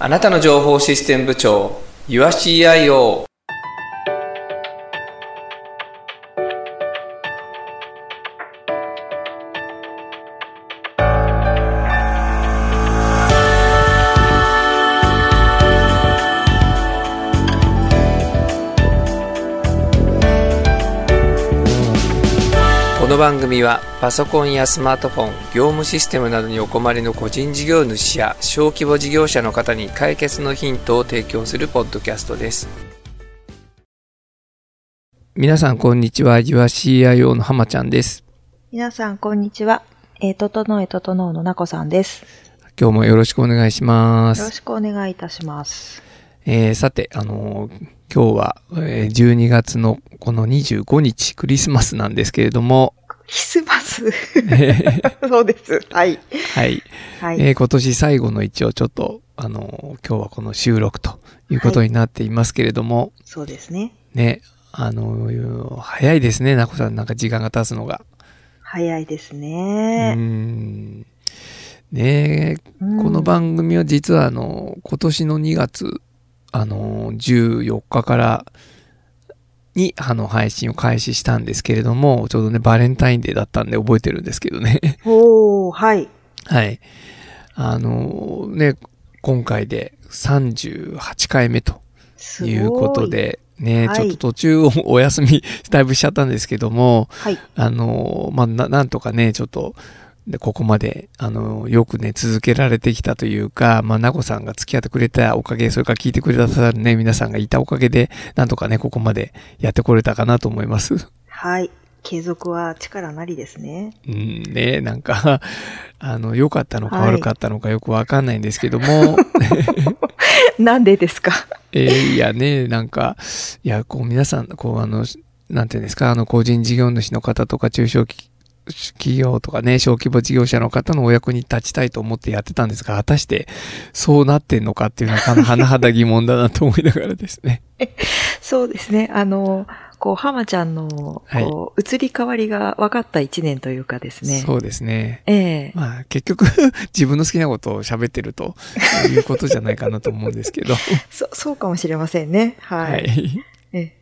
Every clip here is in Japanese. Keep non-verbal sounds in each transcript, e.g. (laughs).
あなたの情報システム部長 YourCIO この番組はパソコンやスマートフォン業務システムなどにお困りの個人事業主や小規模事業者の方に解決のヒントを提供するポッドキャストです皆さんこんにちは YourCIO の浜ちゃんです皆さん、こんにちは。えー、ととのえととのうのなこさんです。よ今日もよろしくお願いしまろすしくお願いいたします。えーさて、あのー今日は、えー12月のこの25日、クリスマスなんですけれども、クリスマ (laughs) ス。えーそうです。はい。はい、はい。えー今年最後の一応ちょっと、あのー今日はこの収録ということになっていますけれども、そうですね。ね、あのー早いですね、なこさんなんか時間が経つのが。早いですうーね。ん。ねえうんこの番組は実はあの今年の2月あの14日からにあの配信を開始したんですけれどもちょうどねバレンタインデーだったんで覚えてるんですけどねおー、はい。はいあのね今回で38回目とすごい。いうこと。でね、はいちょっと途中 (laughs) をお休みだいぶしちゃったんですけどもはい。あのまあななんとかねちょっとでここまで、あの、よくね、続けられてきたというか、まあ、なこさんが付き合ってくれたおかげ、それから聞いてくれたさるね、皆さんがいたおかげで、なんとかね、ここまでやってこれたかなと思います。 (laughs) はい。継続は力なりですね。うん、ね、なんか、あの、良かったのかはい悪かったのかよくわかんないんですけども、 (laughs) なんでですかえーいやね、なんか、いや、こう、皆さん、こう、あの、なんていうんですか、あの、個人事業主の方とか、中小企企業とかね、小規模事業者の方のお役に立ちたいと思ってやってたんですが、果たしてそうなってんのかっていうのは、かな甚だ疑問だなと思いながらですね。 (laughs) そうですね。あの、こう、浜ちゃんの、はいこう、移り変わりが分かった一年というかです (laughs) ね。そうですね。ええまあ、結局、 (laughs) 自分の好きなことを喋ってるということじゃないかなと思うんですけど。そ、そうかもしれませんね。 (laughs) はい。はい。ええ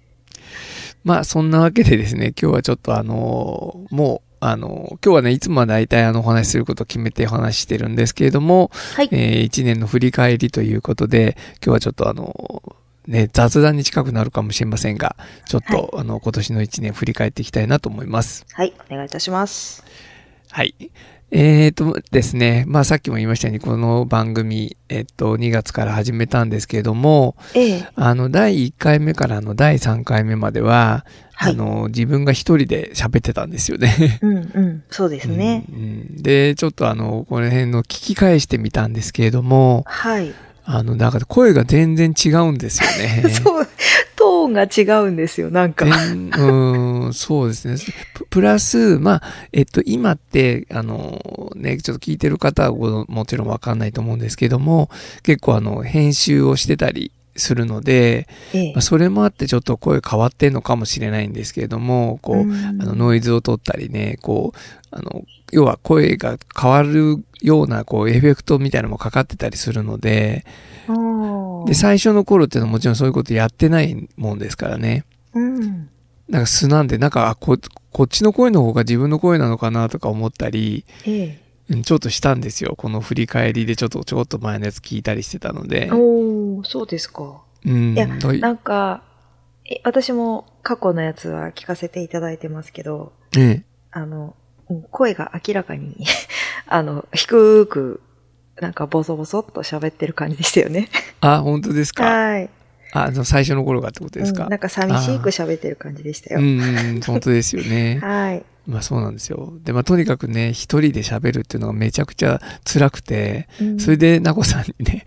まあそんなわけでですね、今日はちょっとあのーもう、あのー今日はね、いつもは大体あのお話しすることを決めてお話ししてるんですけれども、はい。え1年の振り返りということで、今日はちょっとあのーね、雑談に近くなるかもしれませんが、ちょっと、はいあの、今年の1年振り返っていきたいなと思います。はい、お願いいたします。はい。えーとですね、まあさっきも言いましたように、この番組、えっと、2月から始めたんですけれども、ええ、あの、第1回目からの第3回目までは、はいあの、自分が一人で喋ってたんですよね。うんうん、そうですね。うんうんで、ちょっとあの、この辺の聞き返してみたんですけれども、はい。あの、なんか声が全然違うんですよね。 (laughs) そう、トーンが違うんですよ、なんか。全うん、そうですね。ププラス、まあ、えっと、今って、あの、ね、ちょっと聞いてる方はごもちろんわかんないと思うんですけども、結構あの、編集をしてたりするので、ええまあ、それもあってちょっと声変わってんのかもしれないんですけれども、こう、あの、ノイズを取ったりね、こう、あの、要は声が変わるような、こう、エフェクトみたいなのもかかってたりするので、うんで、最初の頃っていうのはもちろんそういうことやってないもんですからね。うん。なんか素なんで、なんか、あこ、こっちの声の方が自分の声なのかなとか思ったり、えうんちょっとしたんですよ。この振り返りでちょっと、ちょこっと前のやつ聞いたりしてたのでえ。。おー、そうですか。うん。いやどういなんか、え私も過去のやつは聞かせていただいてますけど、ええあの、うん声が明らかに、 (laughs) あの、低く、なんかボソボソっと喋ってる感じでしたよね。あ、本当ですか。はい。あ、その最初の頃がってことですうかん。なんか寂しく喋ってる感じでしたよ。うんうん、本当ですよね。 (laughs) はい。まあそうなんですよ。で、まあとにかくね、一人で喋るっていうのがめちゃくちゃ辛くて、うんそれで、なこさんに (laughs) ね、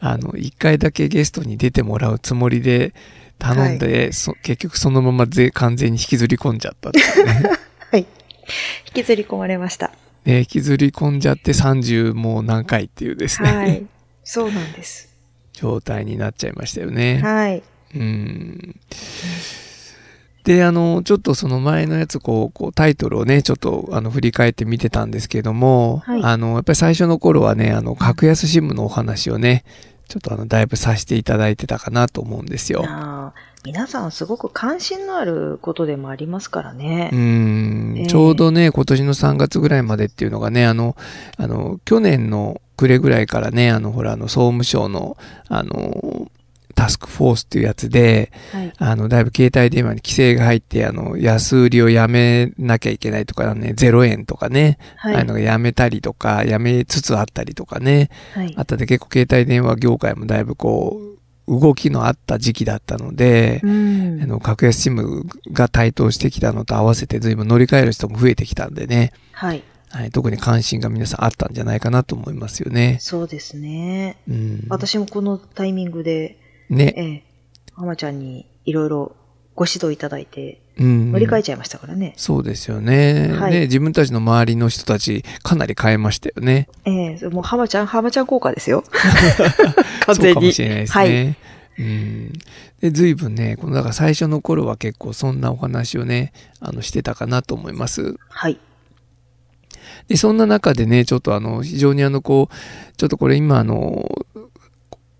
あの、一回だけゲストに出てもらうつもりで頼んで、そ結局そのままぜ完全に引きずり込んじゃったって (laughs) いうね。はい。引きずり込まれました。ね引きずり込んじゃって30もう何回っていうですね、はい。そうなんです。状態になっちゃいましたよね。はい。うんで、あの、ちょっとその前のやつ、こう、こうタイトルをね、ちょっと、あの、振り返って見てたんですけども、はいあの、やっぱり最初の頃はね、あの、格安シムのお話をね、ちょっとあの、だいぶさせていただいてたかなと思うんですよ。あー皆さんすごく関心のあることでもありますからねう。ん、ええちょうどね、今年の3月ぐらいまでっていうのがね、あの、あの、去年の暮れぐらいからね、あの、ほら、あの、総務省の、あの、タスクフォースっていうやつで、はい。あの、だいぶ携帯電話に規制が入って、あの、安売りをやめなきゃいけないとかね、0円とかね、あはあいういの。がやめたりとか、やめつつあったりとかね、はいあ。ったで結構携帯電話業界もだいぶこう、動きのあった時期だったのでう、んあの、格安シムが台頭してきたのと合わせて随分乗り換える人も増えてきたんでね、はい。はい、特に関心が皆さんあったんじゃないかなと思いますよね。そうですね。うん。私もこのタイミングで、ね。ええ、浜ちゃんにいろいろご指導いただいて、うん。乗り換えちゃいましたからね。そうですよね。はいね、自分たちの周りの人たち、かなり変えましたよね。ええ、もう浜ちゃん、浜ちゃん効果で (laughs) すよ。完そう全かにも。しれないですね。はい。うん。で、随分ね、この、だから最初の頃は結構そんなお話をね、あの、してたかなと思います。はい。で、そんな中でね、ちょっとあの、非常にあの、こう、ちょっとこれ今あの、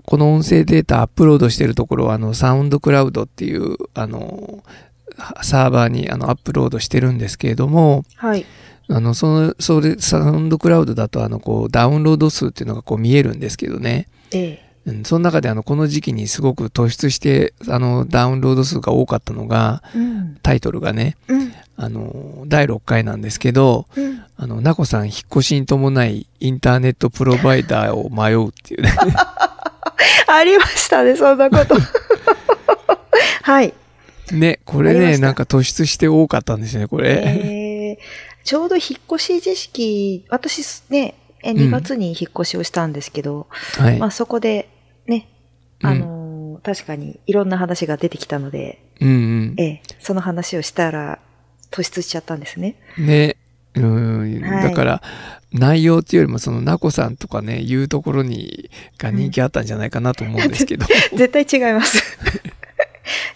この音声データアップロードしてるところは、あの、サウンドクラウドっていう、あの、はサーバーにあのアップロードしてるんですけれども、はい。あの、その、それ、サウンドクラウドだと、あの、こう、ダウンロード数っていうのがこう見えるんですけどね。ええ。うん、その中で、あの、この時期にすごく突出して、あの、ダウンロード数が多かったのが、うん。タイトルがね、うん。あの、第6回なんですけど、うん。あの、なこさん、引っ越しに伴い、インターネットプロバイダーを迷うって (laughs) いうね。ありましたね、そん (laughs) なこと。はい。ね、これありまね、したなんか突出して多かったんですよね、これ。えーちょうど引っ越し時期、私すね、えん2月に引っ越しをしたんですけど、はい。まあそこでね、あうんのー確かにいろんな話が出てきたので、うんええその話をしたら突出しちゃったんですね。 (laughs) うん。ね。うん、はいだから、内容っていうよりも、その、なこさんとかね、言うところに、が人気あったんじゃないかなと思うんですけど。絶対違い (laughs) ます。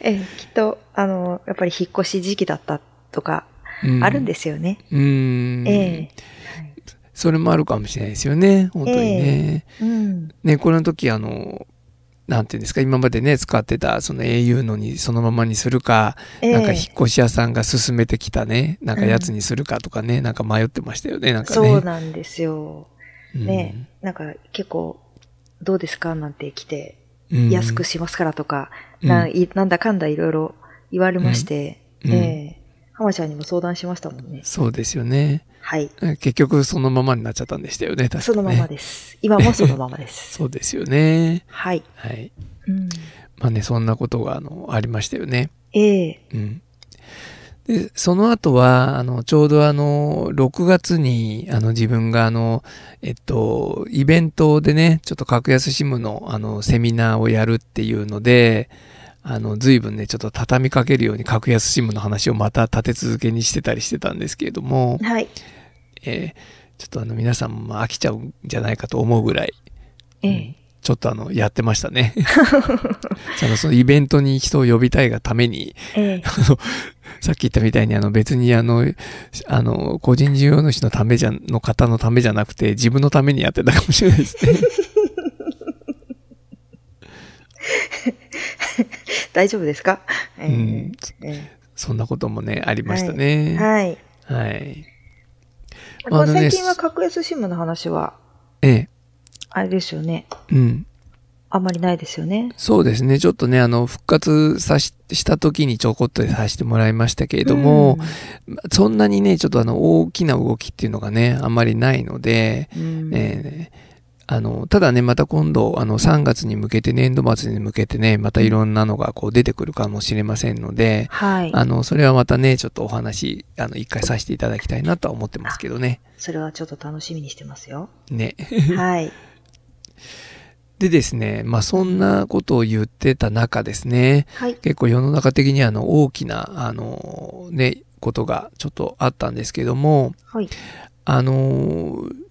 ええきっと、あのーやっぱり引っ越し時期だったとか、あるんですよね。す。うん。えそれもあるかもしれないですよね、本当にね。えうん。ね、これの時、あの、なんていうんですか、今までね、使ってた、その au のにそのままにするか、ええなんか引っ越し屋さんが勧めてきたね、なんかやつにするかとかね、なんか迷ってましたよね、なんかね。そうなんですよ。うんね、なんか結構、どうですかなんて来て、うん安くしますからとか、うんないなんだかんだいろいろ言われまして、うんええ浜ちゃんにも相談しましたもんね。そうですよね。はい。結局そのままになっちゃったんでしたよね、確かね。そのままです。今もそのままです。 (laughs) そうですよね。はい。はい。うん、まあね、そんなことが、あの、ありましたよね。ええうん。で、その後は、あの、ちょうどあの、6月に、あの、自分があの、えっと、イベントでね、ちょっと格安シムの、あの、セミナーをやるっていうので、あの、随分ね、ちょっと畳みかけるように格安シムの話をまた立て続けにしてたりしてたんですけれども、はい。えーちょっとあの、皆さんも飽きちゃうんじゃないかと思うぐらい、えうんえちょっとあの、やってましたね。 (laughs) その、そのイベントに人を呼びたいがために、 (laughs) ええ (laughs) あの、さっき言ったみたいに、あの、別にあの、あの、個人事業主のためじゃ、の方のためじゃなくて、自分のためにやってたかもしれないですね。大丈夫ですか、えうえん。えそんなこともね、ありましたねえ。はい。はい。まあこあのれね最近は格安シムの話は、ええ。あれですよね。うん。あんまりないですよね。そうですね。ちょっとね、あの、復活さし、した時にちょこっとさせてもらいましたけれども、そんなにね、ちょっとあの、大きな動きっていうのがね、あんまりないので、うん、うんえーあの、ただね、また今度、あの、3月に向けて、年度末に向けてね、またいろんなのがこう出てくるかもしれませんので、はい。あの、それはまたね、ちょっとお話、あの、一回させていただきたいなとは思ってますけどね。それはちょっと楽しみにしてますよ。ね。はい。でですね、まあ、そんなことを言ってた中ですね、はい。結構世の中的にあの、大きな、あの、ね、ことがちょっとあったんですけども、はい。あのー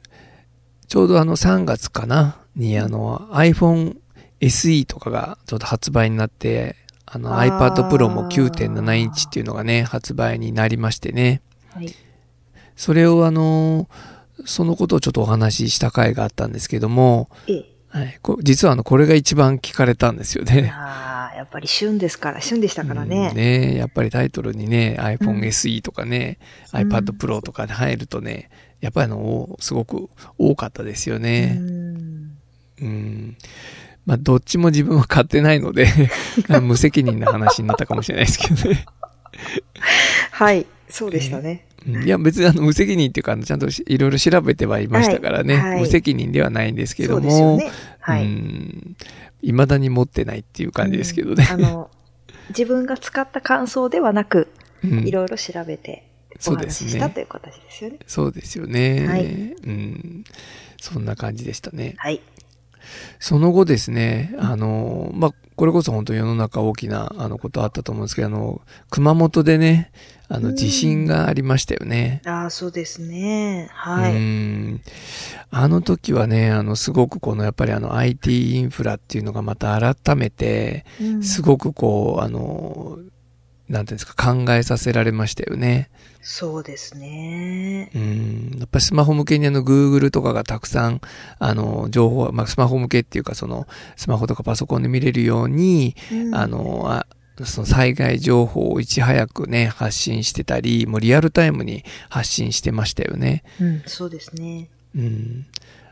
ちょうどあの3月かなにあの iPhone SE とかがちょっと発売になって、あのあー iPad Pro も9.7インチっていうのがね、発売になりましてね。はい。それをあのーそのことをちょっとお話しした回があったんですけども、ええ。はい、こ実はあのこれが一番聞かれたんですよ (laughs) ね。ああ、やっぱり旬ですから、旬でしたからうねん。ねやっぱりタイトルにねうん iPhoneSE とかね、うん iPad Pro とかで入るとねやっぱりあのおすごく多かったですようね。んうんまあ、どっちも自分は買ってないので (laughs) 無責任な話になったかもしれないですけどね。はい、そうでしたね。うんいや別にあの無責任っていうかあのちゃんとしいろいろ調べてはいましたからね、はいはい無責任ではないんですけそどうですよも、ね。はうい。ん未だに持ってないっていう感じですけどね。うんあの、自分が使った感想ではなく、うんいろいろ調べてそおうで話すししたねと。いう形ですよね。そうですよね。はいうん。そんな感じでしたね。はい。その後ですね、あの、まあ、これこそ本当世の中大きなあのことあったと思うんですけど、あの、熊本でね、あうのん地震がありましたよね。ああ、そうですね。はうい。んあの時はね、あの、すごくこのやっぱりあの IT インフラっていうのがまた改めて、うんすごくこう、あの、なんていうんですか、考えさせられましたよね。そうですね。うん、やっぱりスマホ向けにあの Google とかがたくさんあの情報は、まあ、スマホ向けっていうかそのスマホとかパソコンで見れるように、うんあ、のあその災害情報をいち早くね発信してたりもうリアルタイムに発信してましたよね。うん、そうですね。うん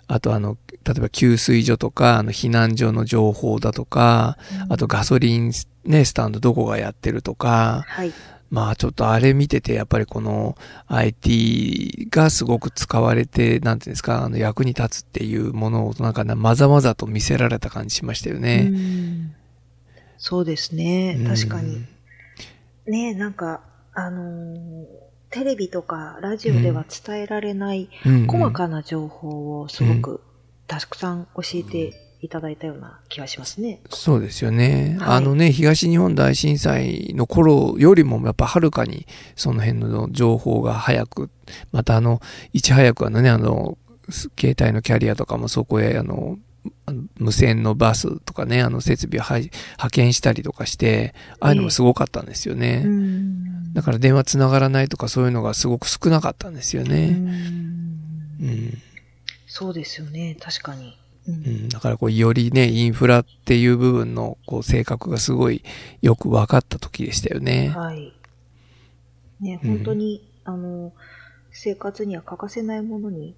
あとあの、例えば給水所とか、あの避難所の情報だとか、あとガソリンね、スタンドどこがやってるとか、はい。まあちょっとあれ見ててやっぱりこの IT がすごく使われてなんていうんですかあの役に立つっていうものをなんかなまざまざと見せられた感じしましたよね。うんそうですねう。ん確かに。。ねなんか、あのーテレビとかラジオでは伝えられないうんうん細かな情報をすごくたくさん教えていただいたような気がしますね。そうですよね。はいあのね、東日本大震災の頃よりもやっぱはるかにその辺の情報が早く、またあの、いち早くあのね、あの、す携帯のキャリアとかもそこへあの、あの無線のバスとかね、あの設備をはい派遣したりとかして、ああいうのもすごかったんですよね。うんだから電話つながらないとかそういうのがすごく少なかったんですようね。んうんそうですよね。確かに。ううんん、だからこうよりねインフラっていう部分のこう性格がすごいよく分かった時でしたよね。はい。ね、うん本当に、あの、生活には欠かせないものに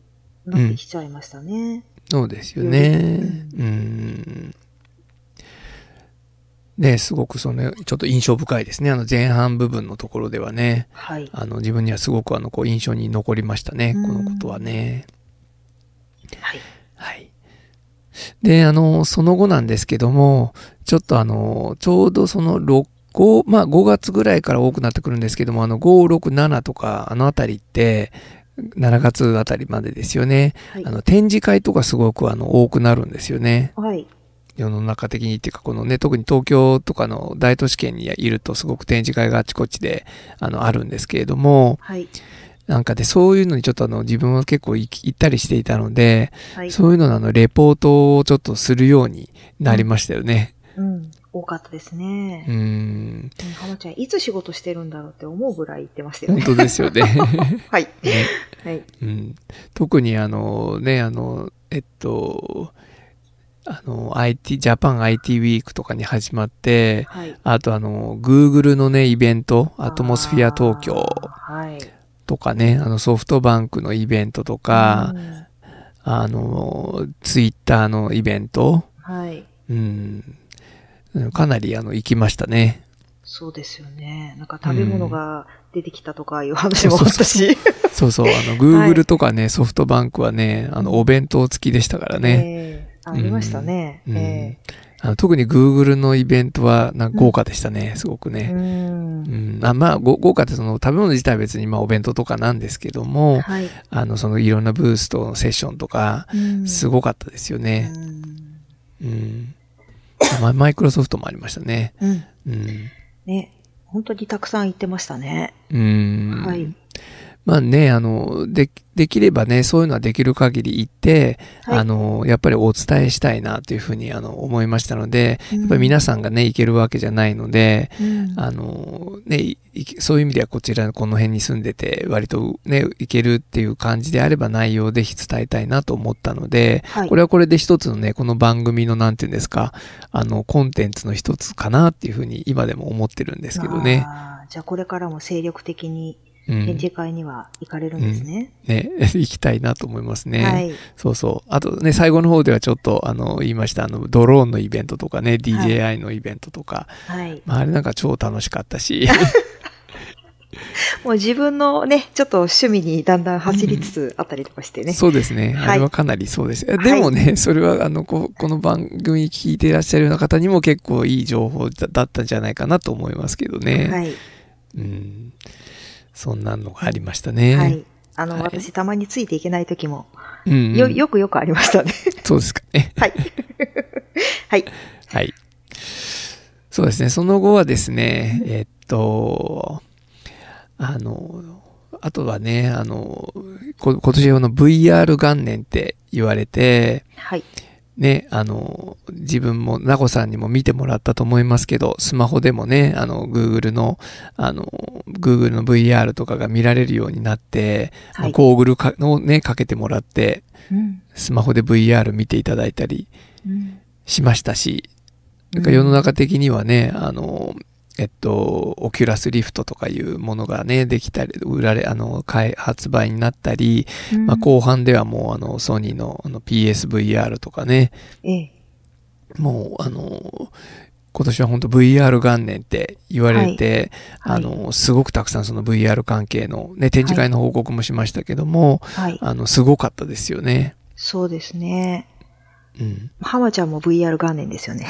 なってきちゃいましたね。そうですよねより。うん。ねすごくそのちょっと印象深いですね。あの前半部分のところではね、はい。あの自分にはすごくあのこう印象に残りましたね。うんこのことはね。はい。はい。で、あの、その後なんですけども、ちょっとあの、ちょうどその6、5まあ5月ぐらいから多くなってくるんですけども、あの5、6、7とか、あのあたりって、7月あたりまでですよね。はいあの、展示会とかすごくあの、多くなるんですよね。はい。世の中的にっていうか、このね、特に東京とかの大都市圏にいるとすごく展示会があちこちで、あの、あるんですけれども、はい。なんかで、そういうのにちょっとあの、自分は結構行き行ったりしていたので、はい。そういうののあのレポートをちょっとするようになりましたよね。うん。多かったですねう。ーん、うん浜ちゃん、いつ仕事してるんだろうって思うぐらい言ってましたよ本ね。当ですよね。 (laughs) はい。ねはい。うん、特にあのね、あの、えっと、あの、IT、ジャパン IT ウィークとかに始まって、はい。あとあの、Google のね、イベント、アトモスフィア東京はい。とかね、あの、ソフトバンクのイベントとかう、んあの、ツイッターのイベント、はい。うん、かなりあの、行きましたね。そうですよね。なんか食べ物が出てきたとかいう話もあったし。そうそう、あの、はい Google とかね、ソフトバンクはね、あの、お弁当付きでしたからね。ええありましたね。うんえあの特に Google のイベントは、なんか豪華でしたね、すごくえね。うんうん、あまあ、ご豪華ってその食べ物自体は別にまあお弁当とかなんですけども、はい。あの、そのいろんなブースとのセッションとか、すごかったですよいね。うん。まあマイクロソフトもありましたね。うん。うん。ね。本当にたくさん行ってましたね。うん。はい。まあね、あの、で、できればね、そういうのはできる限り行って、はいあの、やっぱりお伝えしたいなというふうに、あの、思いましたので、やっぱり皆さんがね、行けるわけじゃないので、うんあの、ね、いいそういう意味ではこちら、この辺に住んでて、割とね、行けるっていう感じであれば内容をぜひ伝えたいなと思ったので、はいこれはこれで一つのね、この番組のなんていうんですか、あの、コンテンツの一つかなっていうふうに今でも思ってるんですけどね。あーじゃあこれからも精力的にうん展示会には行かれるんですね。ね、 (laughs) 行きたいなと思いますね。はい。そうそう。あとね、最後の方ではちょっと、あの、言いました、あの、ドローンのイベントとかね、DJI のイベントとか、はい。まあ、あれなんか超楽しかった (laughs) し、もう自分のね、ちょっと趣味にだんだん走りつつあったりとかしてね。そうですね。はいあれはかなりそうです。でもね、それは、あの、ここの番組聞いていらっしゃるような方にも結構いい情報だだったんじゃないかなと思いますけどね。はい。うん。そんなのがありましたね。はい。あの、はい私たまについていけない時も、うんうん、よ、よくよくあり (laughs) ましたね。そうですかね。はい。はい。はい。そうですね。その後はですね、えっと、あの、あとはね、あの、こ今年用の VR 元年って言われて、はい。ね、あの、自分も、なこさんにも見てもらったと思いますけど、スマホでもね、あの、Google の、あの、Google の VR とかが見られるようになって、はいゴーグルかをね、かけてもらって、うん。スマホで VR 見ていただいたり、うんしましたし、うんなんか世の中的にはね、あの、えっと、オキュラスリフトとかいうものがね、できたり、売られ、あの、開発売になったり、まあ、後半ではもう、あの、ソニーのあの PSVR とかね、ええ。もう、あの、今年は本当 VR 元年って言われて、はいあの、すごくたくさんその VR 関係のね、展示会の報告もしましたけども、はい。あの、すごかったですよね。そうですね。うん。浜ちゃんも VR 元年ですよね。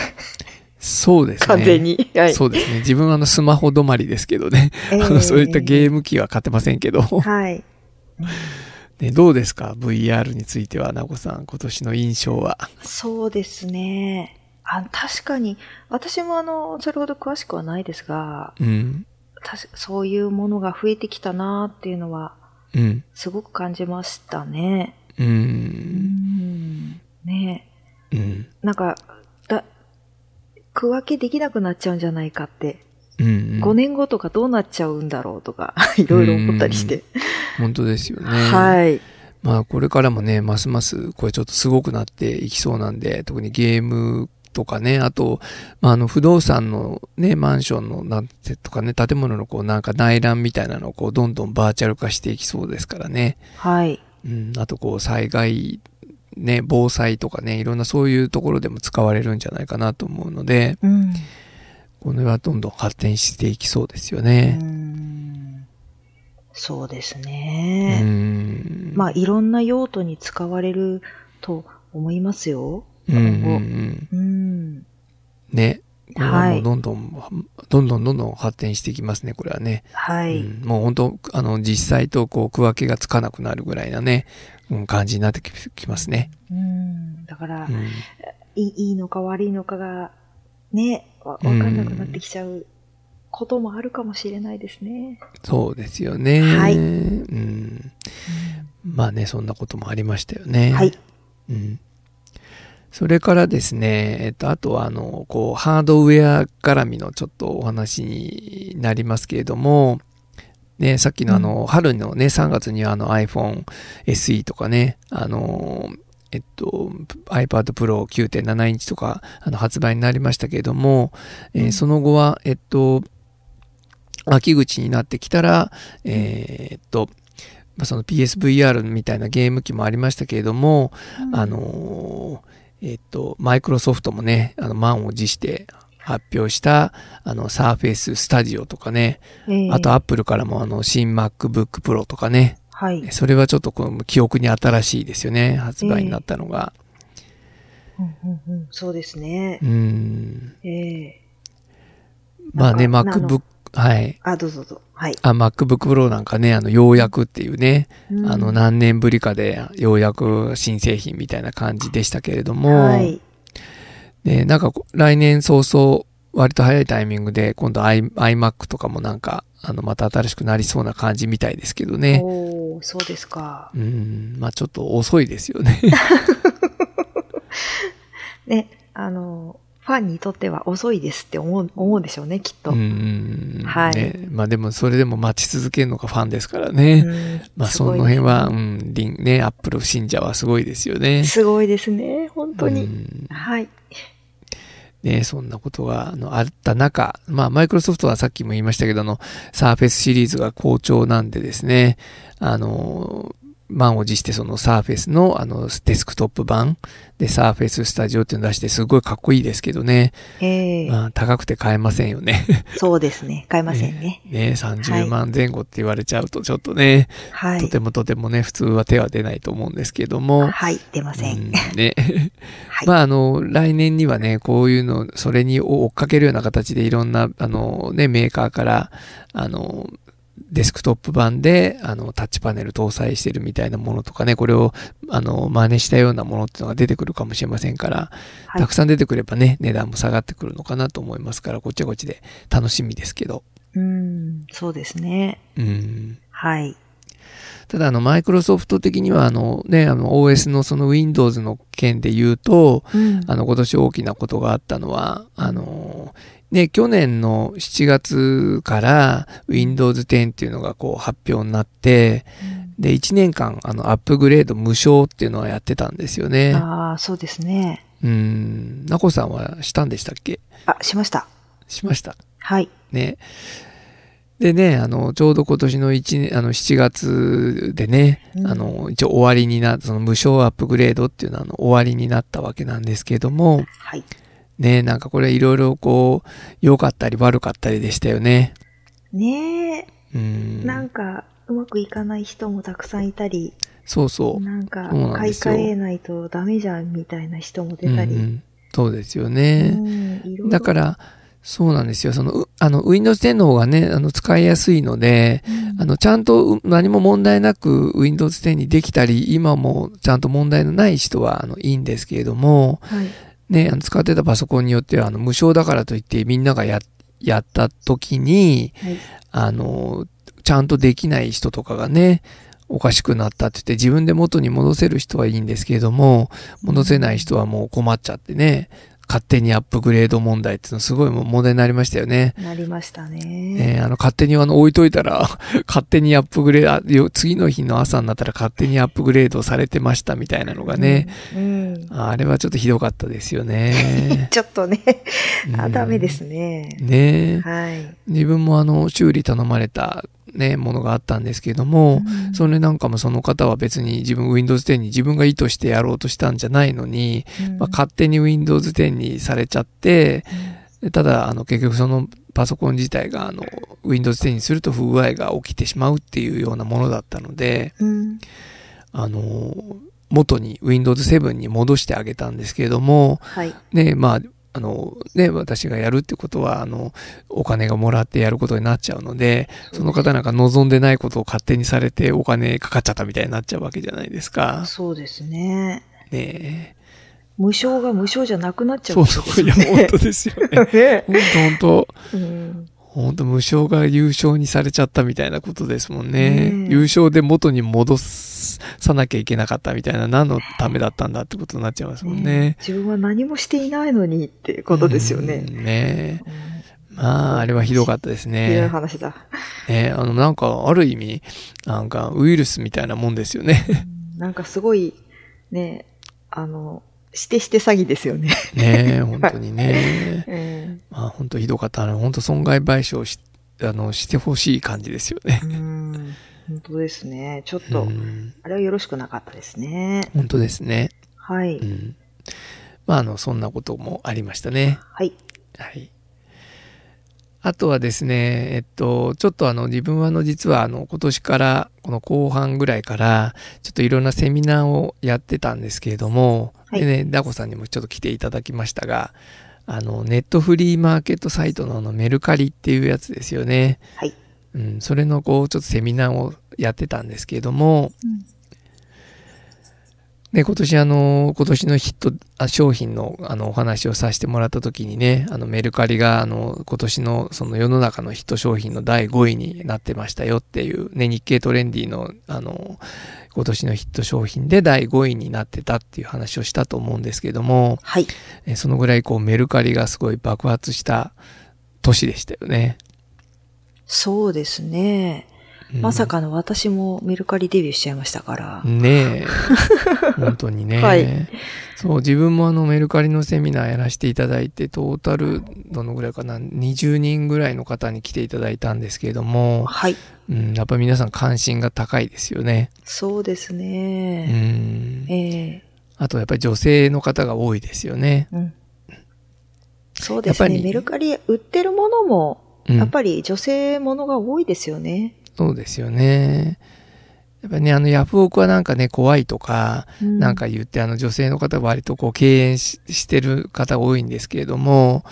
そうですね。完全に。はい。そうですね。自分はあのスマホ止まりですけどね。ええあのそういったゲーム機は買ってませんけど。はい。 (laughs) ね、どうですか ?VR については、なこさん、今年の印象は。そうですね。あ確かに、私もあの、それほど詳しくはないですが、うん。たしそういうものが増えてきたなっていうのは、うん。すごく感じましたね。う。うんん。ねうん。なんか、だ、区分けできなくなっちゃうんじゃないかって、うん。 5年後とかどうなっちゃうんだろうとか、 (laughs) いろいろ思ったりして。本当ですよね。はい。まあ、これからもね、ますます、これちょっとすごくなっていきそうなんで、特にゲームとかね、あと、まあ、あの、不動産のね、マンションの、なんてとかね、建物のこう、なんか内覧みたいなのをこう、どんどんバーチャル化していきそうですからね。はい。うん、あとこう災害、ね、防災とかね、いろんなそういうところでも使われるんじゃないかなと思うので、うん。これはどんどん発展していきそうですよねう。んそうですうね。ん。まあ、いろんな用途に使われると思いますよ。うんうんう今後。ん、うん。ね。これははもいうどんどん、どんどんどんどん発展していきますね、これはね。はうい。ん、もう本当、あの、実際とこう、区分けがつかなくなるぐらいなね、うん、感じになってききますね。うん。だから、うんいいいいのか悪いのかが、ね、わわかんなくなってきちゃうこともあるかもしれないですね。そうですよね。はいうん。まあね、そんなこともありましたよね。はい。うん。それからですね、えっと、あとは、あの、こう、ハードウェア絡みのちょっとお話になりますけれども、ね、さっきのあの、春のね、3月にはあの iPhone SE とかね、あの、えっと、iPad Pro 9.7インチとか、あの、発売になりましたけれども、えーうんその後は、えっと、秋口になってきたら、えーっと、まあ、その PSVR みたいなゲーム機もありましたけれども、あのーえっと、マイクロソフトもね、あの、満を持して発表した、あの、サーフェイススタジオとかね、ええあとアップルからもあの、新 MacBook Pro とかね、はい。それはちょっとこの記憶に新しいですよね、発売になったのが。うんうんうんそうですね。うん。ええまあね、なんか MacBook、はい。あ、どうぞどうぞ。はい。あ、MacBook Pro なんかね、あの、ようやくっていうね、うんあの、何年ぶりかで、ようやく新製品みたいな感じでしたけれども、はい。で、なんかこう来年早々、割と早いタイミングで、今度 i- iMac とかもなんか、あの、また新しくなりそうな感じみたいですけどね。おー、そうですか。うん、まあちょっと遅いですよ (laughs) ね。ね、あの、ファンにとっては遅いですって思う、思うんでしょうね、きっと。うんうんうん、はいね。まあでもそれでも待ち続けるのがファンですからね。うんまあすそのごい辺は、うん、リン、ね、アップル信者はすごいですよね。すごいですね、本当うに。んはい。ね、そんなことがあのあった中、まあ、マイクロソフトはさっきも言いましたけど、あの、サーフェスシリーズが好調なんでですね、あの、満を持してそのサーフェスのあのデスクトップ版でサーフェススタジオっていうの出してすごいかっこいいですけどね、ええまあ、高くて買えませんよね。 (laughs) そうですね、買えませんね。ね、30万前後って言われちゃうとちょっとね、はといて。もとてもね、普通は手は出ないと思うんですけども、はい、出ません。うんね。 (laughs) はい。まあ、あの、来年にはね、こういうの、それに追っかけるような形でいろんな、あの、ね、メーカーから、あの、デスクトップ版で、あの、タッチパネル搭載してるみたいなものとかね、これを、あの、真似したようなものっていうのが出てくるかもしれませんから、はいたくさん出てくればね、値段も下がってくるのかなと思いますから、こっちはこっちで楽しみですけど。うん、そうですね。うん。はい。ただ、あの、マイクロソフト的には、あの、ね、あの、OS のその Windows の件で言うと、うんあの、今年大きなことがあったのは、あの、ね、去年の7月から Windows 10っていうのがこう発表になって、で、1年間あのアップグレード無償っていうのはやってたんですよね。ああ、そうですね。うん、なこさんはしたんでしたっけあ、しました。しました。はい。ね。でね、あの、ちょうど今年の1年、あの、7月でね、うんあの、一応終わりにな、その無償アップグレードっていうのはあの終わりになったわけなんですけども、はい。ねなんかこれいろいろこう、良かったり悪かったりでしたよね。ねうえ、ん。なんか、うまくいかない人もたくさんいたり、そうそう。なんかそう、なん買でいすよ替えないとダメじゃんみたいな人もう出んうたり。ん、そうですようね。んいろいろだから、そうなんですよ。その、うあの、Windows 10の方がね、あの、使いやすいので、うんあの、ちゃんとう何も問題なく Windows 10にできたり、今もちゃんと問題のない人は、あの、いいんですけれども、はい。ね、あの、使ってたパソコンによっては、あの、無償だからといってみんながや、やった時に、はい。あの、ちゃんとできない人とかがね、おかしくなったって言って、自分で元に戻せる人はいいんですけれども、戻せない人はもう困っちゃってね、勝手にアップグレード問題っていうのすごいもう問題になりましたよね。なりましたね。えーあの、勝手にあの、置いといたら、 (laughs) 勝手にアップグレードあよ、次の日の朝になったら勝手にアップグレードされてましたみたいなのがね、うん。うんあれはちょっとひどかったですよね。ちょっとね、 (laughs) あうん (laughs) ダメですね。ねはい。自分もあの、修理頼まれたね、ものがあったんですけれども、うんそれなんかもその方は別に自分 Windows 10に自分が意図してやろうとしたんじゃないのに、うんまあ、勝手に Windows 10にされちゃって、でただあの結局そのパソコン自体があの Windows 10にすると不具合が起きてしまうっていうようなものだったので、うんあの、元に Windows 7に戻してあげたんですけれども、はい。ね、まあ、あの、ね、私がやるってことは、あの、お金がもらってやることになっちゃうので、その方なんか望んでないことを勝手にされてお金かかっちゃったみたいになっちゃうわけじゃないですか。そうですね。ね無償が無償じゃなくなっえ。ちゃうそんうですそう、よいや、本当ですよね。 (laughs) ね。本当本当うん本当無償が優勝にされちゃったみたいなことですもんね。ねえ優勝で元に戻さなきゃいけなかったみたいな、何のためだったんだってことになっちゃいますもんね。自分は何もしていないのにっていうことですよねう。んねえ。うんまあ、あれはひどかったですね。ひどい話だ。ね、あの、なんか、ある意味、なんか、ウイルスみたいなもんですよね。なんかすごい、ね、あの、してして詐欺ですよね。ね本当にね。うんまあ、本当ひどかった。あの、本当損害賠償し、あの、してほしい感じですよね。 (laughs) うん本当ですね。ちょっうと、ん。あれはよろしくなかったですね。本当ですね。はうい。ん。まあ、あの、そんなこともありましたね。はい。はい。あとはですね、えっと、ちょっとあの自分はあの実はあの今年から、この後半ぐらいから、ちょっといろんなセミナーをやってたんですけれども、はいでね、ダコさんにもちょっと来ていただきましたが、あの、ネットフリーマーケットサイトのあのメルカリっていうやつですよね。はい。うん、それのこう、ちょっとセミナーをやってたんですけれども、ね、今年あの、今年のヒット、あ商品のあのお話をさせてもらった時にね、あのメルカリがあの、今年のその世の中のヒット商品の第5位になってましたよっていうね、日経トレンディのあの、今年のヒット商品で第5位になってたっていう話をしたと思うんですけども、はい。えそのぐらいこうメルカリがすごい爆発した年でしたよね。そうですね。うんまさかの私もメルカリデビューしちゃいましたから。 (laughs) ねえ。本当にね。はいそう、自分もあのメルカリのセミナーやらせていただいて、トータルどのぐらいかな、20人ぐらいの方に来ていただいたんですけれども、はい。うん、やっぱり皆さん関心が高いですよね。そうですうね。ん。ええあとやっぱり女性の方が多いですよね。うん。そうですやっぱね。りメルカリ売ってるものも、うん、やっぱり女性ものが多いですよね。そうですよね。やっぱりね、あのヤフオクはなんかね、怖いとか、なんか言って、あの女性の方は割とこう敬遠ししてる方多いんですけれども、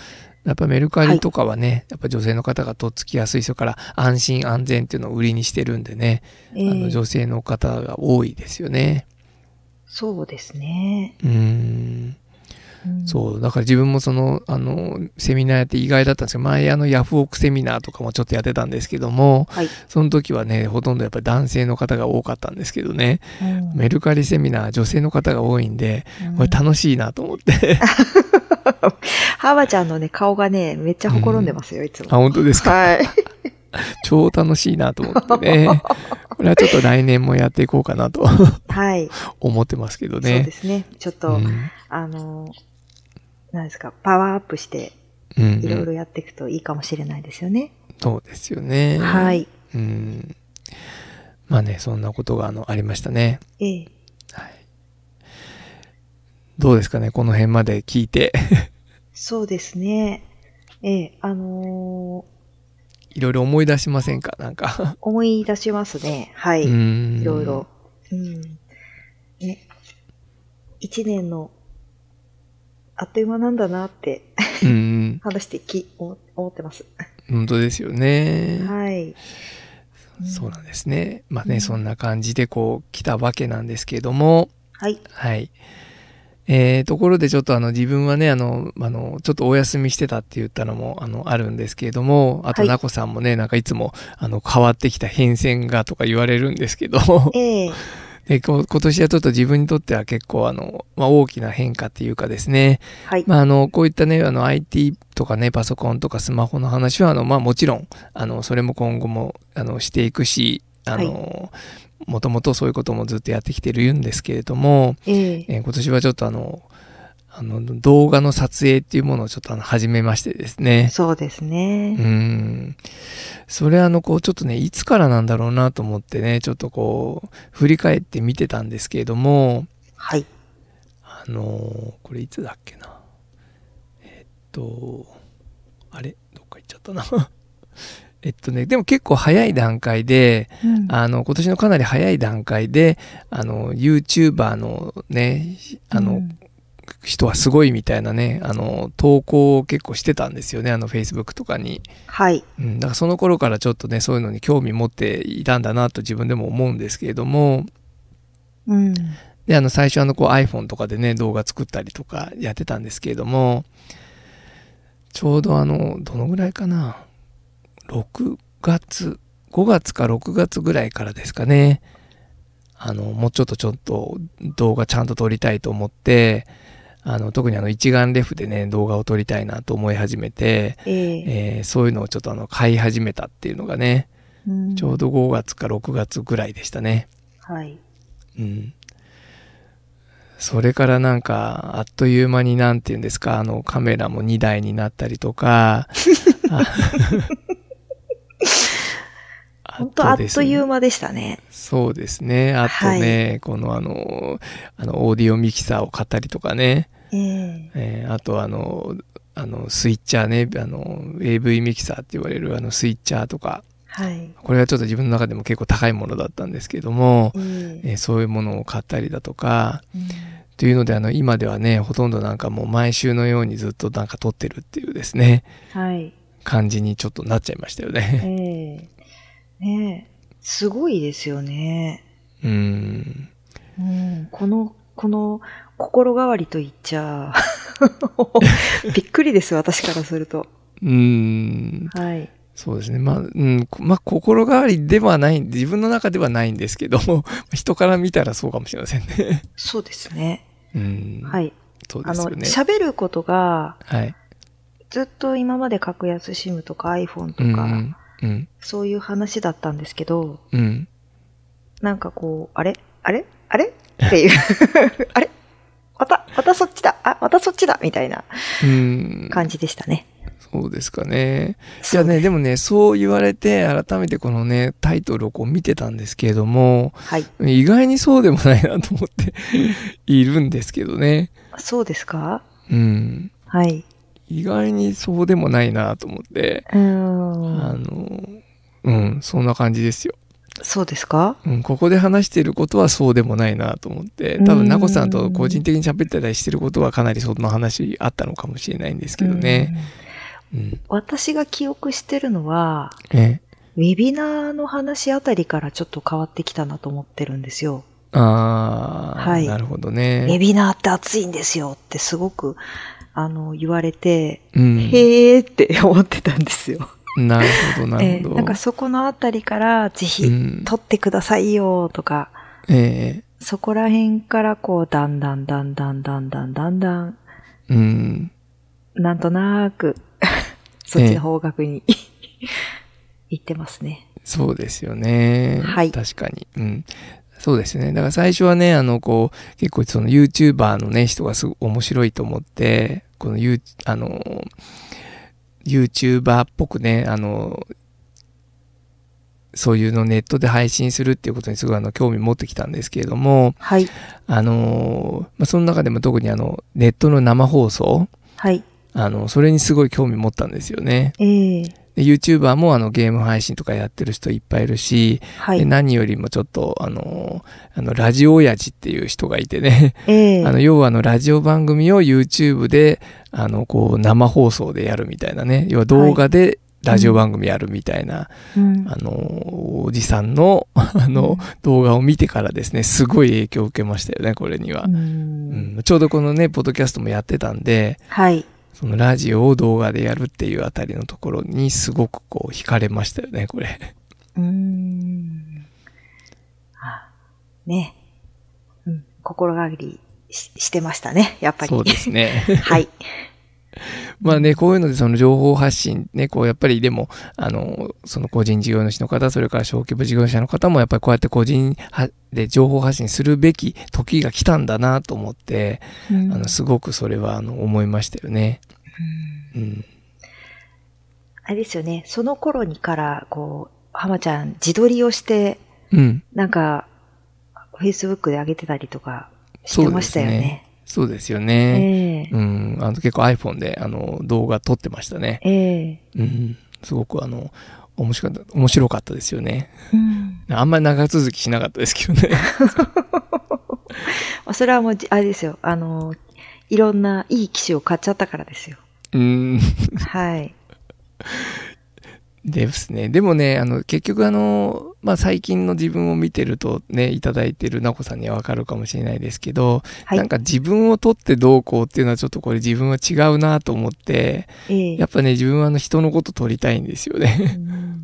やっぱメルカリとかはね、やっぱ女性の方がとっつきやすいですから、安心安全っていうのを売りにしてるんでね、ええあの女性の方が多いですよね。そうですね。うん。うんそう。だから自分もその、あの、セミナーやって意外だったんですけど、前あのヤフオクセミナーとかもちょっとやってたんですけども、はい。その時はね、ほとんどやっぱり男性の方が多かったんですけどね、うんメルカリセミナー女性の方が多いんで、これ楽しいなと思って。ハーバちゃんのね、顔がね、めっちゃほころんでますよ、いつあ、も。本当ですか。はい。超楽しいなと思って (laughs) ね。これはちょっと来年もやっていこうかなと (laughs) はい。思ってますけどそうでね。すね。ちょっと、あの、なんですか、パワーアップして、うん。うん、いろいろやっていくといいかもしれないですよね。そうですよね。は。い。うん。まあね、そんなことがあのありましたね。ええ。はい。どうですかね、この辺まで聞いて。 (laughs) そうですね。ええ、あのいろいろ思い出しませんかなんかー。思い出しますね。はい。うん。いろいろ。。うん。ね。一年の、あっという間なんだなって、うん。話してき、思思ってます。本当ですよね。はい。そうなんんですね。まあうね、んそんな感じでこう来たわけなんですけども、はい。はい。えーところでちょっとあの自分はね、あの、あの、ちょっとお休みしてたって言ったのも、あの、あるんですけれども、あと、はいなこさんもね、なんかいつも、あの、変わってきた変遷がとか言われるんですけど、ええでこ今年はちょっと自分にとっては結構あの、まあ、大きな変化っていうかですね、はい。まあ、あの、こういったね、あの、IT とかね、パソコンとかスマホの話は、あの、まあ、もちろん、あの、それも今後も、あの、していくし、あの、もともとそういうこともずっとやってきてるんですけれども、えええー今年はちょっとあの、あの、動画の撮影っていうものをちょっとあの始めましてですね。そうですうね。ーん。それあの、こう、ちょっとね、いつからなんだろうなと思ってね、ちょっとこう、振り返って見てたんですけれども、はい。あのーこれいつだっけな。えっと、あれどっか行っちゃったな。 (laughs) えっとね、でも結構早い段階で、うんあの、今年のかなり早い段階で、あの、YouTuber のね、あの、うん人はすごいみたいなね、あの、投稿を結構してたんですよね、あの、Facebook とかに。はい。うん、だからその頃からちょっとね、そういうのに興味持っていたんだなと自分でも思うんですけれども、うん。で、あの、最初あの、こう iPhone とかでね、動画作ったりとかやってたんですけれども、ちょうどあの、どのぐらいかな、6月、5月か6月ぐらいからですかね、あの、もうちょっとちょっと動画ちゃんと撮りたいと思って、あの、特にあの、一眼レフでね、動画を撮りたいなと思い始めて、えええーそういうのをちょっとあの、買い始めたっていうのがね、うんちょうど5月か6月ぐらいでしたね。はい。うん。それからなんか、あっという間になんて言うんですか、あの、カメラも2台になったりと (laughs) か。あ本当あっという間。間でしたね。そうですね。あとね、このあの、あの、オーディオミキサーを買ったりとかね。えええーあとあの、あの、スイッチャーね、あの、AV ミキサーって言われるあの、スイッチャーとか。はい。これはちょっと自分の中でも結構高いものだったんですけどもえ、ええーそういうものを買ったりだとか、うんというので、あの、今ではね、ほとんどなんかもう毎週のようにずっとなんか撮ってるっていうですね、はい。感じにちょっとなっちゃいましたよえね。えねえ。すごいですよね。うーん。うん、このこの心変わりと言っちゃ、 (laughs) びっくりです、私からすると。うーん、はい。そうですね。まあ、うん、こまあ、心変わりではない、自分の中ではないんですけど、 (laughs) 人から見たらそうかもしれませんね。そうですね。うん、。はいい。そうあですの、よね。喋ることが、はい。ずっと今まで格安 SIM とか iPhone とうんか、うん、そういう話だったんですけど、うん、うん。なんかこう、あれあれあれっていう。 (laughs) あれまた、またそっちだあ、またそっちだみたいなうん、感じでしたね。そうですかね。いそやうでね、すでもね、そう言われて、改めてこのね、タイトルをこう見てたんですけれども、はい。意外にそうでもないなと思って (laughs) いるんですけどね。そうですかうん。はい。意外にそうでもないなと思って、あうーん。の、うん、そんな感じですよ。そうですかうん、ここで話していることはそうでもないなと思って、多う分、んなこさんと個人的に喋ってたりしてることはかなりその話あったのかもしれないんですけどね。うんうん。私が記憶してるのは、ええウェビナーの話あたりからちょっと変わってきたなと思ってるんですよ。あー、はいなるほどウね。ェビナーって熱いんですよってすごく、あの、言われて、うん。へーって思ってたんですよ。なるほど、な (laughs) るえーほど。なんかそこのあたりから、ぜひ、うん撮ってくださいよとか、えそこら辺からこう、だんだんだんだんだんだんだんだん、えうん。なんとなーく、そっちの方角に行ってますね。そうですよね。はい確かに。うん。そうですね。だから最初はね、あの、こう、結構その YouTuber のね、人がすごい面白いと思って、この You、あの、YouTuber っぽくね、あの、そういうのネットで配信するっていうことにすごいあの興味持ってきたんですけれども、はい。あの、まあ、その中でも特にあの、ネットの生放送、はい。あの、それにすごい興味持ったんですよね。ええで YouTuber もあのゲーム配信とかやってる人いっぱいいるし、はでい。何よりもちょっとあの、あの、ラジオ親父っていう人がいてね、ええあの、要はあの、ラジオ番組を YouTube で、あの、こう、生放送でやるみたいなね、要は動画でラジオ番組やるみたいな、うんあの、おじさんの、 (laughs) あの、動画を見てからですね、すごい影響を受けましたよね、これにはう。んうん、ちょうどこのね、ポッドキャストもやってたんで、はい。そのラジオを動画でやるっていうあたりのところにすごくこう惹かれましたよね、これ。うーん。あね。うん。心変わりししてましたね、やっぱり。そうです (laughs) ね。はい。まあね、こういうのでその情報発信ね、こうやっぱりでも、あの、その個人事業主の方、それから小規模事業者の方もやっぱりこうやって個人はで情報発信するべき時が来たんだなと思って、うんあの、すごくそれはあの思いましたよね。うん。あれですよね、その頃にから、こう、浜ちゃん自撮りをして、うん。なんか、Facebook で上げてたりとかしそてうまでしすたよねね。。そうですよえね。えうん。あの、結構 iPhone であの動画撮ってましたね。ええうん。すごくあの、面白かった、面白かったですよね。うん。あんまり長続きしなかったですけどね。 (laughs) まあそれはもうじ、あれですよ、あの、いろんないい機種を買っちゃったからですよ。うん。はい。ですね。でもね、あの、結局あの、まあ、最近の自分を見てるとね、いただいてるなこさんにはわかるかもしれないですけど、はいなんか自分を取ってどうこうっていうのはちょっとこれ自分は違うなと思って、ええやっぱね、自分はあの人のこと取りたいんですよね。 (laughs) うん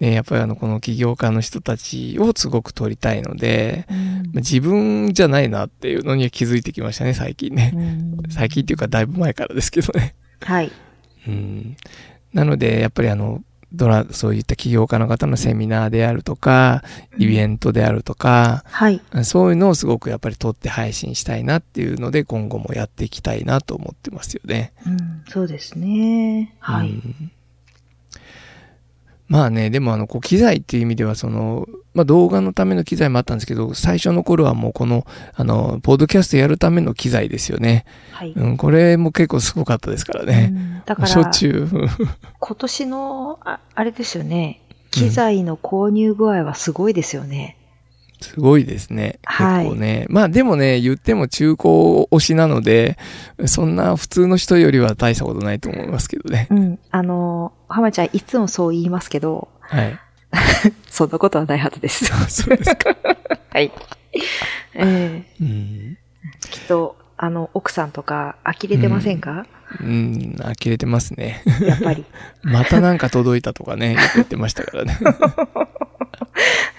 ね、やっぱりあの、この起業家の人たちをすごく取りたいので、まあ自分じゃないなっていうのには気づいてきましたね、最近ねう。ん最近っていうかだいぶ前からですけどね。はい。うん、なのでやっぱりあのドラそういった起業家の方のセミナーであるとかイベントであるとか、はい。そういうのをすごくやっぱり撮って配信したいなっていうので今後もやっていきたいなと思ってますよね。うん、そうですね。はうい。んまあねでもあのこう機材っていう意味ではその、まあ、動画のための機材もあったんですけど最初の頃はもうこのあのポッドキャストやるための機材ですよね、はい。うん、これも結構すごかったですからね、うんだかしょっら、ちゅううん今年の、ああれですよね、機材の購入具合はすごいですよね。すごいですね。はい結構ね。まあでもね、言っても中古推しなので、そんな普通の人よりは大したことないと思いますけどね。うん。あの、浜ちゃんいつもそう言いますけど、 (laughs) はい。 (laughs) そんなことはないはずです。そうですか。はい。 (laughs) えうん。えきっと、あの、奥さんとか、呆れてませんか、うん、呆れてますね。やっぱり。またなんか届いたとか (laughs) ね、よく言ってましたからね。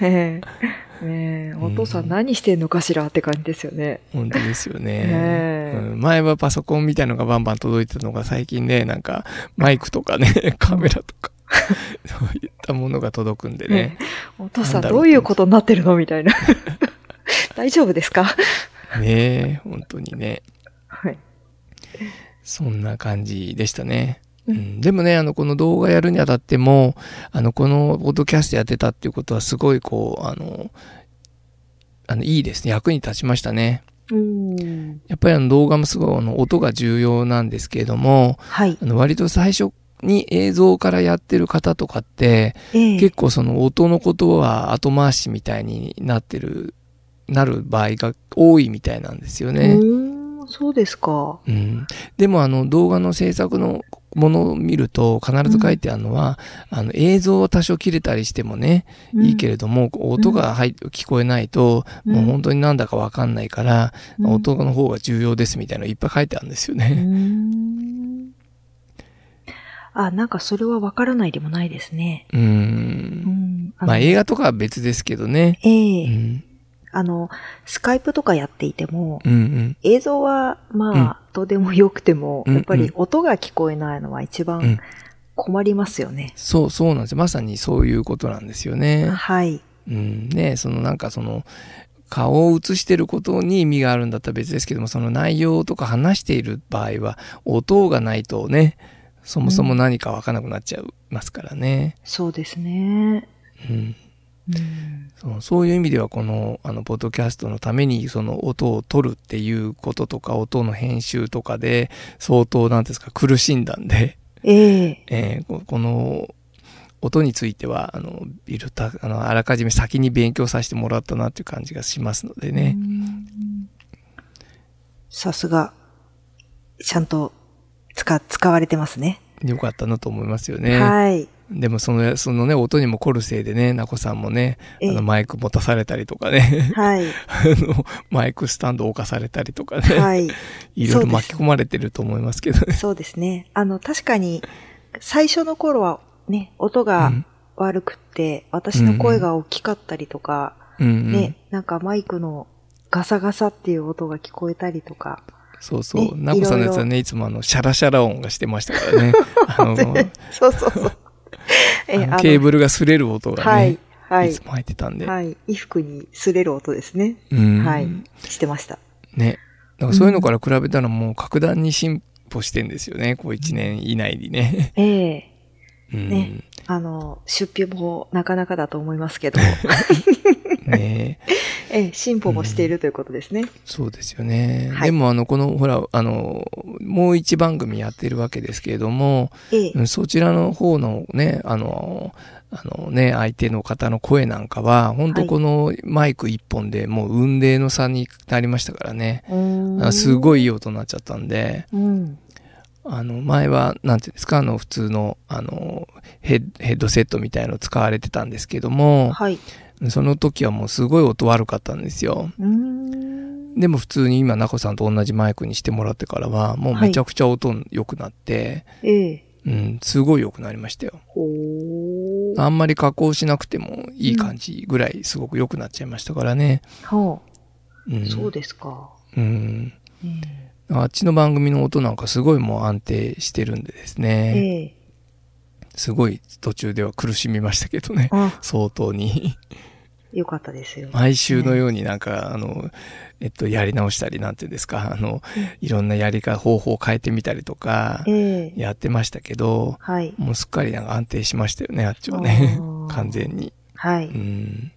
ええねえ、お父さん何してんのかしらって感じですよね。本当ですよねねえうん前はパソコンみたいのがバンバン届いてたのが最近ね、なんかマイクとかね、カメラとか、そういったものが届くんでね。お父さんなんだろどうういうことになってるのみたいな。 (laughs) 大丈夫ですかねえ、本当にね。はい。そんな感じでしたね。ううんん、でもね、あの、この動画やるにあたっても、あの、このポッドキャストやってたっていうことは、すごい、こう、あの、あの、いいですね。役に立ちましたね。うん。やっぱりあの動画もすごい、あの、音が重要なんですけれども、はいあ。の、割と最初に映像からやってる方とかって、ええ結構その音のことは後回しみたいになってる、なる場合が多いみたいなんですよね。うーん、そうですか。うん、でもあの動画の制作のものを見ると必ず書いてあるのは、あの映像は多少切れたりしてもね、いいけれれども音が入聞こえないと、うんもう本当になんだかわかんないから、うん音の方が重要ですみたいなのいっぱい書いてあるんですようーね。ん。あ、なんかそれはわからないでもないですね。うん、うん。あのまあ映画とかは別ですけどね。えうえん、あの、スカイプとかやっていても、うん、うん、映像は、まあ、どうでもよくても、うんやっぱり音が聞こえないのは一うん番困りますよね。そう、そうなんですよ。まさにそういうことなんですよね。はい。うん、ねそのなんかその顔を映してることに意味があるんだったら別ですけどもその内容とか話している場合は音がないとねそもそも何かわからなくなっちゃいますからね、そうですね。うん、うんそうそういう意味ではこのあのポッドキャストのためにその音を取るっていうこととか音の編集とかで相当なんていうんですか苦しんだんで、 (laughs) えええーここの音についてはあのビルタあのあらかじめ先に勉強させてもらったなっていう感じがしますのでね。うんさすが、ちゃんと使、使われてますね。よかったなと思いますよね。はい。でもその、そのね、音にも凝るせいでね、なこさんもね、あええの、マイク持たされたりとかね、はい。 (laughs) あの、マイクスタンド置かされたりとかね、はい。い、ろいそうろです巻き込まれてると思いますけど (laughs) ね。そうですね。あの、確かに、最初の頃はね、音がうん悪くって、私の声が大きかったりとか、うん、うんね、なんかマイクのガサガサっていう音が聞こえたりとか、そうそう。ねなこさんのやつはね、いつもあの、シャラシャラ音がしてましたから (laughs) ね。あの、そうそうそう。あのケールブルが擦れる音がね、はいい、はいつも入ってたんで。はい。衣服に擦れる音ですね。うん、はい。してました。ね。だからそういうのから比べたらもう格段に進歩してんですよね。こう1年以内にね。ええうん、ねあの、出費もなかなかだと思います (laughs) けど、ねええ進歩もしているということですね。そうですよね。はいでも、あの、この、ほら、あの、もう一番組やってるわけですけれども、ええうんそちらの方のね、あの、あのね、相手の方の声なんかは、本当はいこのマイク一本でもう雲泥の差になりましたからね。うーんあすごいいい音になっちゃったんで、うん。あの、前は、なんていうんですか、あの、普通の、あの、ヘッヘッドセットみたいの使われてたんですけども、はい。その時はもうすごい音悪かったんですよ。うーん。でも普通に今、なこさんと同じマイクにしてもらってからは、もうめちゃくちゃ音良くなって、ええうん、すごい良くなりましたよ。ほーあんまり加工しなくてもいい感じぐらいすごく良くなっちゃいましたからね。はうん。あ、そうですか。うん。うんあっちの番組の音なんかすごいもう安定してるんでですね。ええすごい途中では苦しみましたけどね。あ、相当に。よかったですよ。毎週のようになんか、あの、えっと、やり直したりなんていうんですか、あの、いろんなやり方、方法を変えてみたりとか、ええやってましたけど、はい。もうすっかりなんか安定しましたよね、あっちはねあ。ー (laughs) 完全に。。はいうん。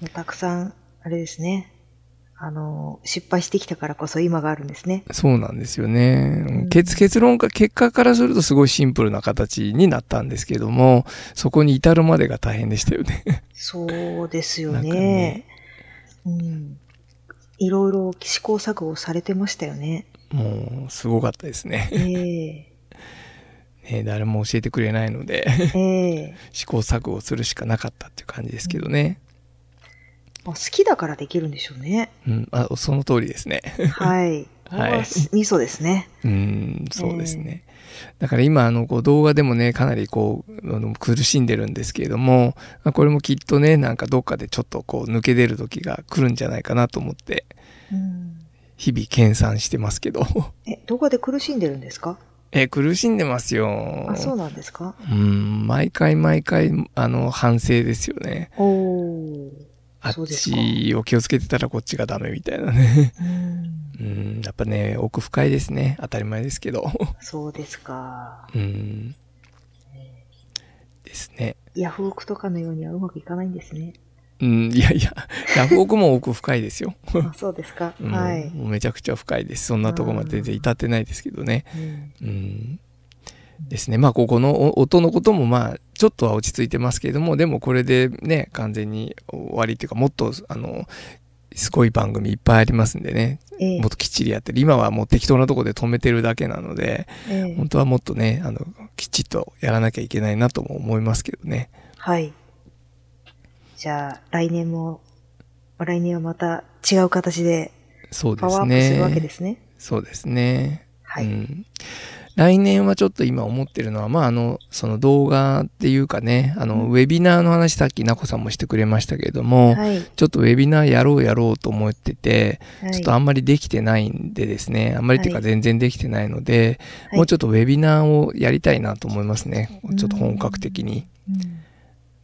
もうたくさん、あれですね。あの、失敗してきたからこそ今があるんですね。そうなんですよね。うんうん結結論か、結果からするとすごいシンプルな形になったんですけども、そこに至るまでが大変でしたよね。 (laughs) そうですよなんかねね。うん。いろいろ試行錯誤されてましたよね。もう、すごかったですね。ええね誰も教えてくれないので、 (laughs) ええ試行錯誤するしかなかったっていう感じですけどね。まあ、好きだからできるんでしょう (laughs) ね。うん、あその通りですね。はい。これは味噌ですね。うん、そうですね。だから今、あの、こう動画でもね、かなりこう、あの苦しんでるんですけれども、まあこれもきっとね、なんかどっかでちょっとこう抜け出る時が来るんじゃないかなと思って、うん、日々研鑽してますけど。 (laughs) え、動画で苦しんでるんですかえ、苦しんでますよ。あ、そうなんですかうん、毎回毎回、あの、反省ですよね。おお。あっそうですかちを気をつけてたらこっちがダメみたいなね。 (laughs) うん、うん、やっぱね、奥深いですね。当たり前ですけど。 (laughs) そうですか。うん。ですね。ヤフオクとかのようにはうまくいかないんですね。うん、いや (laughs) いや、ヤフオクも奥深いですよ。あ、そうですか。うん (laughs) はい。もうめちゃくちゃ深いです。そんなとこまで全然至ってないですけどね。うんうん。ですね。まあ、ここのお音のことも、まあ、ちょっとは落ち着いてますけれども、でもこれでね、完全に終わりっていうか、もっと、あの、すごい番組いっぱいありますんでね、ええもっときっちりやってる。今はもう適当なとこで止めてるだけなので、ええ本当はもっとね、あの、きっちりとやらなきゃいけないなとも思いますけどね。はい。じゃあ、来年も、来年はまた違う形でそうパですワーアップするわけねで。すね。そうですね。はうい。ん、来年はちょっと今思ってるのは、まあ、あの、その動画っていうかね、あの、うんウェビナーの話さっきなこさんもしてくれましたけれども、はい。ちょっとウェビナーやろうやろうと思ってて、ちょっとあはいんまりできてないんでですね、あんまりっていうかはい全然できてないので、はいもうちょっとウェビナーをやりたいなと思いますね。ちょっと本格的に。うん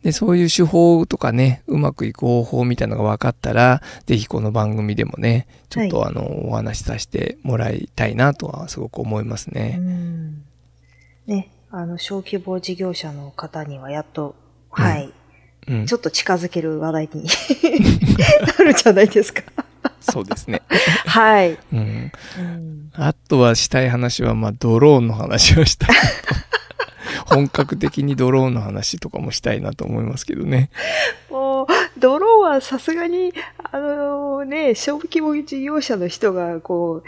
で、そういう手法とかね、うまくいく方法みたいなのが分かったら、ぜひこの番組でもね、ちょっとあの、お話しさせてもらいたいなとはすごく思いますね。うんね、あの、小規模事業者の方にはやっと、はい、うんちょっと近づける話 (laughs) 題になるんじゃないですか。そうですね。はい。うん。うんあとはしたい話は、まあ、ドローンの話をしたいな (laughs) と。本格的にドローンの話とかもしたいなと思いますけどね。もう、ドローンはさすがに、あのね、小規模事業者の人が、こう、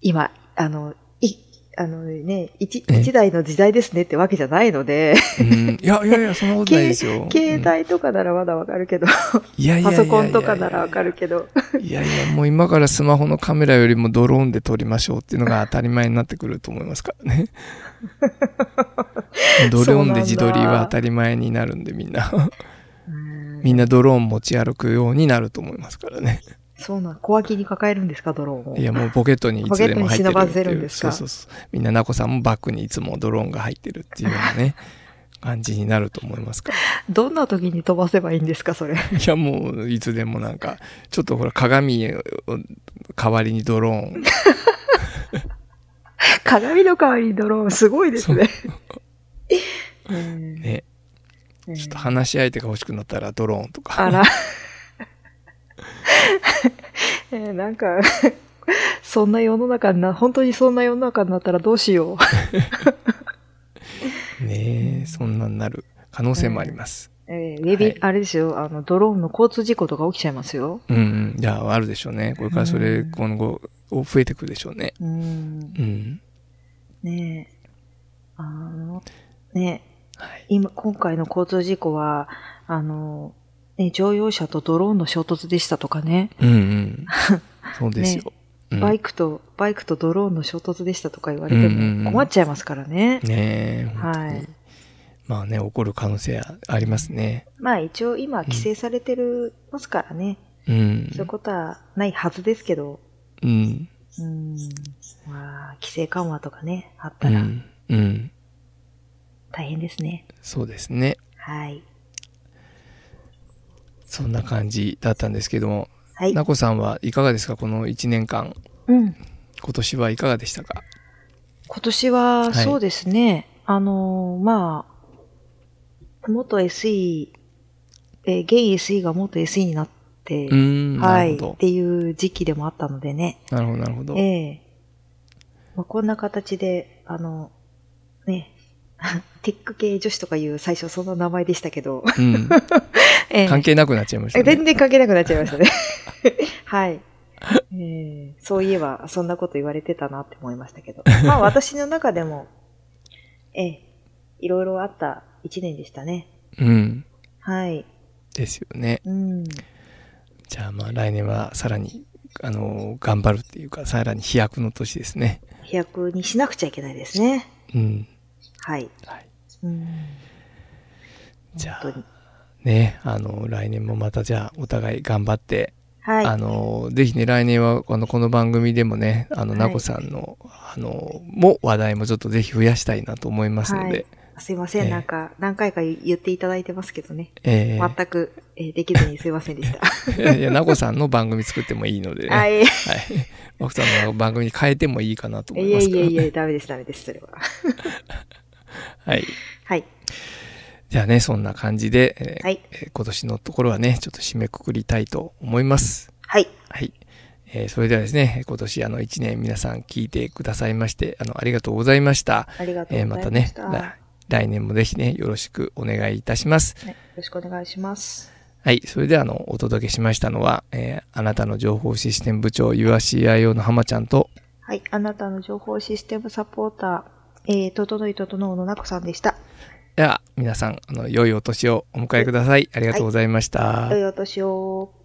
今、あの、い、あのね、一、え一台の時代ですねってわけじゃないので、うん。いやいやいや、そんなことないですよ。携うん帯とかならまだわかるけど、いやいやパいやいやソコンとかならわかるけど、いやいや、もう今からスマホのカメラよりもドローンで撮りましょうっていうのが当たり前になってくると思いますから (laughs) ね。ドローンで自撮りは当たり前になるんでみん (laughs) な、うんみんなドローン持ち歩くようになると思いますからね。そうなん、小脇に抱えるんですか、ドローンを。いや、もうポケットにいつでも入ってるっていう。ポケットに忍ばせるんですかそうそうそう。みんな、なこさんもバッグにいつもドローンが入ってるっていうような (laughs) ね、感じになると思いますから。どんな時に飛ばせばいいんですか、それ。いや、もう、いつでもなんか、ちょっとほら、鏡を代わりにドローン。鏡の代わりにドローン、すごいですね。うんね、うんちょっと話し相手が欲しくなったらドローンとか。 (laughs) あら。 (laughs) えーなんか、そんな世の中にな、本当にそんな世の中になったらどうしよう。ねえ、そんなんなる可能性もあります。 (laughs) えーウェビ、はいあれですよ、あの、ドローンの交通事故とか起きちゃいますよ。うん、うん。じゃあ、あるでしょうね。これからそれ、うん今後、増えてくるでしょうね。うん。うん。ねえ。あの、ねえ、はい。今、今回の交通事故は、あの、ね、乗用車とドローンの衝突でしたとかね、うん (laughs) うん。そうですよ。うんバイクと、バイクとドローンの衝突でしたとか言われてうんうんうんも困っちゃいますからねね。え、本当に。はいまあね、起こる可能性ありますね。まあ一応今規制されてるますからね、うん。そういうことはないはずですけど、うん。うん、まあ規制緩和とかね、あっうたらん。うん。大変ですね。そうですね。はい。そんな感じだったんですけども、はい。なこさんはいかがですかこの1年間。うん。今年はいかがでしたか今年ははいそうですね、あのーまあ、元 SE、えー現 SE が元 SE になって、うーん。は、ないるほっど。ていう時期でもあったのでね、なるほど、なるほど。ええまあ、こんな形で、あの、ね、 (laughs) テック系女子とかいう最初その名前でしたけど、うん。 (laughs) ええ関係なくなっちゃいましたえね全。然関係なくなっちゃい (laughs) ましたね。はい、ええそういえば、そんなこと言われてたなって思いまし (laughs) たけど。まあ私の中でも、ええいろいろあった一年でしたね。うん。はい。ですよね。うん。じゃあまあ来年はさらに、あの、頑張るっていうか、さらに飛躍の年ですね。飛躍にしなくちゃいけないですね。うん。はい。はい。うん。じゃ本当にあ、ね、あの、来年もまたじゃあ、お互い頑張って、はい。あの、ぜひね、来年は、あの、この番組でもね、あの、はいなこさんの、あの、も話題もちょっとぜひ増やしたいなと思いますので、はいすいませえん。えなんか、何回か言っていただいてますけどね。えー全く、えーできずにすいませんでし (laughs) た。いや、なこさんの番組作ってもいいのでね。 (laughs) ははい。い。い奥さんの番組に変えてもいいかなと思いえますいから。えいえ、ダメです、ダメです、それは。 (laughs) はい。はい。じゃあね、そんな感じで、えーはい。えー今年のところはね、ちょっと締めくくりたいと思います。はい。はい。えーそれではですね、今年あの1年皆さん聞いてくださいまして、あの、ありがとうございました。ありがとえうーごまざたいまねした。来、来年もぜひね、よろしくお願いいたします。ねよろしくお願いします。はい。それでは、あの、お届けしましたのは、えーあなたの情報システム部長、YourCIO の浜ちゃんと、はい。あなたの情報システムサポーター、えー、ととのいととのうのなこさんでした。では皆さんあの良いお年をお迎えくださいありがとうございました、良いお年を。